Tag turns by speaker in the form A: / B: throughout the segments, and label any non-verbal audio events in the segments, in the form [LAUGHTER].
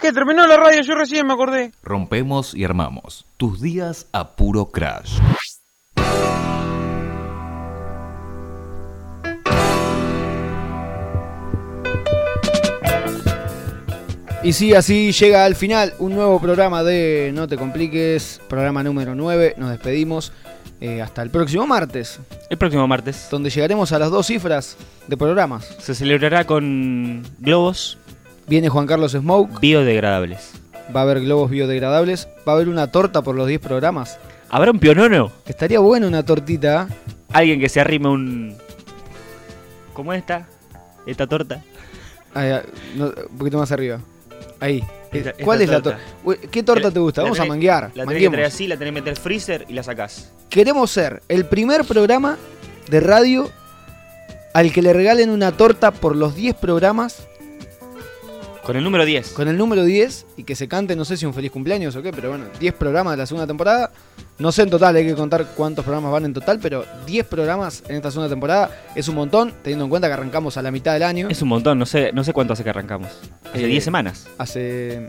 A: ¿Qué? Terminó la radio, yo recién me acordé.
B: Rompemos y armamos. Tus días a puro crash.
C: Y sí, así llega al final un nuevo programa de No te compliques, programa número 9. Nos despedimos eh, hasta el próximo martes,
D: El próximo martes
C: donde llegaremos a las dos cifras de programas.
D: se celebrará con globos
C: Viene Juan Carlos Smoke,
D: biodegradables.
C: va a haber globos biodegradables, va a haber una torta por los 10 programas.
D: ¿Habrá un pionono?
C: Estaría buena una tortita. ¿eh?
D: Alguien que se arrime un... ¿Cómo esta? Esta torta.
C: Ahí, ah, no, un poquito más arriba. Ahí. Eh,
D: Esta- esta
C: ¿Cuál es
D: torta.
C: la torta? ¿Qué torta te gusta?
D: La
C: Vamos a
D: tenés-
C: manguear.
D: La tenés que
C: manguemos.
D: traer así, la tenés que meter al freezer y la sacás.
C: Queremos ser el primer programa de radio al que le regalen una torta por los 10 programas
D: Con el número 10.
C: con el número 10 y que se cante, no sé si un feliz cumpleaños o qué, pero bueno, 10 programas de la segunda temporada. No sé en total, hay que contar cuántos programas van en total, pero 10 programas en esta segunda temporada es un montón, teniendo en cuenta que arrancamos a la mitad del año.
D: Es un montón, no sé, no sé cuánto hace que arrancamos. Hace
C: Eh,
D: 10 semanas.
C: Hace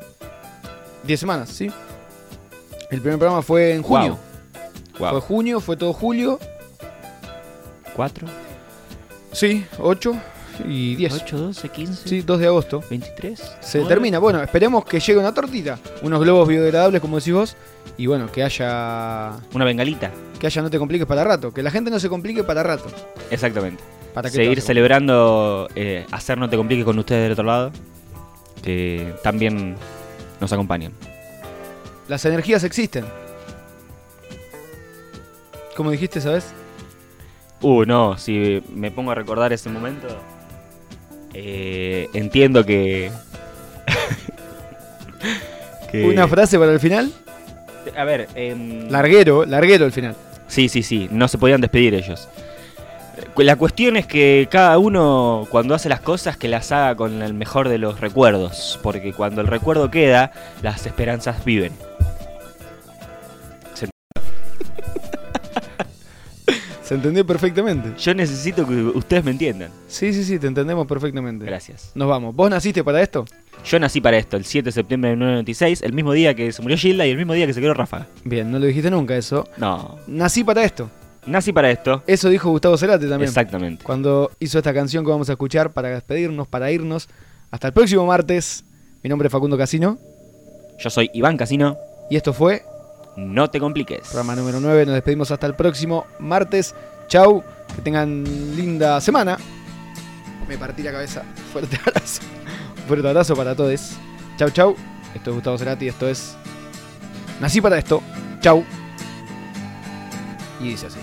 C: 10 semanas, ¿sí? El primer programa fue en junio.
D: Wow.
C: Fue junio, fue todo julio.
D: ¿4?
C: Sí, 8 y 10.
D: 8, 12, 15,
C: Sí, 2 de agosto.
D: 23.
C: Se termina. Bueno, esperemos que llegue una tortita, unos globos biodegradables, como decís vos, y bueno, que haya.
D: Una bengalita.
C: Que haya no te compliques para rato. Que la gente no se complique para rato.
D: Exactamente.
C: Para que
D: Seguir
C: todo se-
D: celebrando, eh, hacer no te compliques con ustedes del otro lado, que también nos acompañan.
C: Las energías existen. Como dijiste, ¿sabes?
D: Uh, no, si me pongo a recordar ese momento, eh, entiendo que... [LAUGHS] que-
C: Una frase para el final.
D: A ver, em,
C: Larguero, larguero el final.
D: Sí, sí, sí, no se podían despedir ellos. Cu- La cuestión es que cada uno cuando hace las cosas que las haga con el mejor de los recuerdos, porque cuando el recuerdo queda, las esperanzas viven.
C: Se entendió perfectamente.
D: Yo necesito que ustedes me entiendan.
C: Sí, sí, sí, te entendemos perfectamente.
D: Gracias.
C: Nos vamos. ¿Vos naciste para esto?
D: Yo nací para esto, el 7 de septiembre de 1996, el mismo día que se murió Gilda y el mismo día que se quedó Rafa.
C: Bien, no lo dijiste nunca eso.
D: No,
C: Nací para esto.
D: nací para esto.
C: Eso dijo Gustavo Cerati también.
D: Exactamente.
C: Cuando hizo esta canción que vamos a escuchar para despedirnos, para irnos. Hasta el próximo martes. Mi nombre es Facundo Casino.
D: Yo soy Iván Casino,
C: Y esto fue
D: no te compliques.
C: programa número 9. Nos despedimos hasta el próximo martes. Chau. Que tengan linda semana. Me partí la cabeza. Fuerte [LAUGHS] abrazo. Fuerte abrazo para todos. Chau, chau. Esto es Gustavo Cerati. Esto es. Nací para esto. Chau. Y dice así.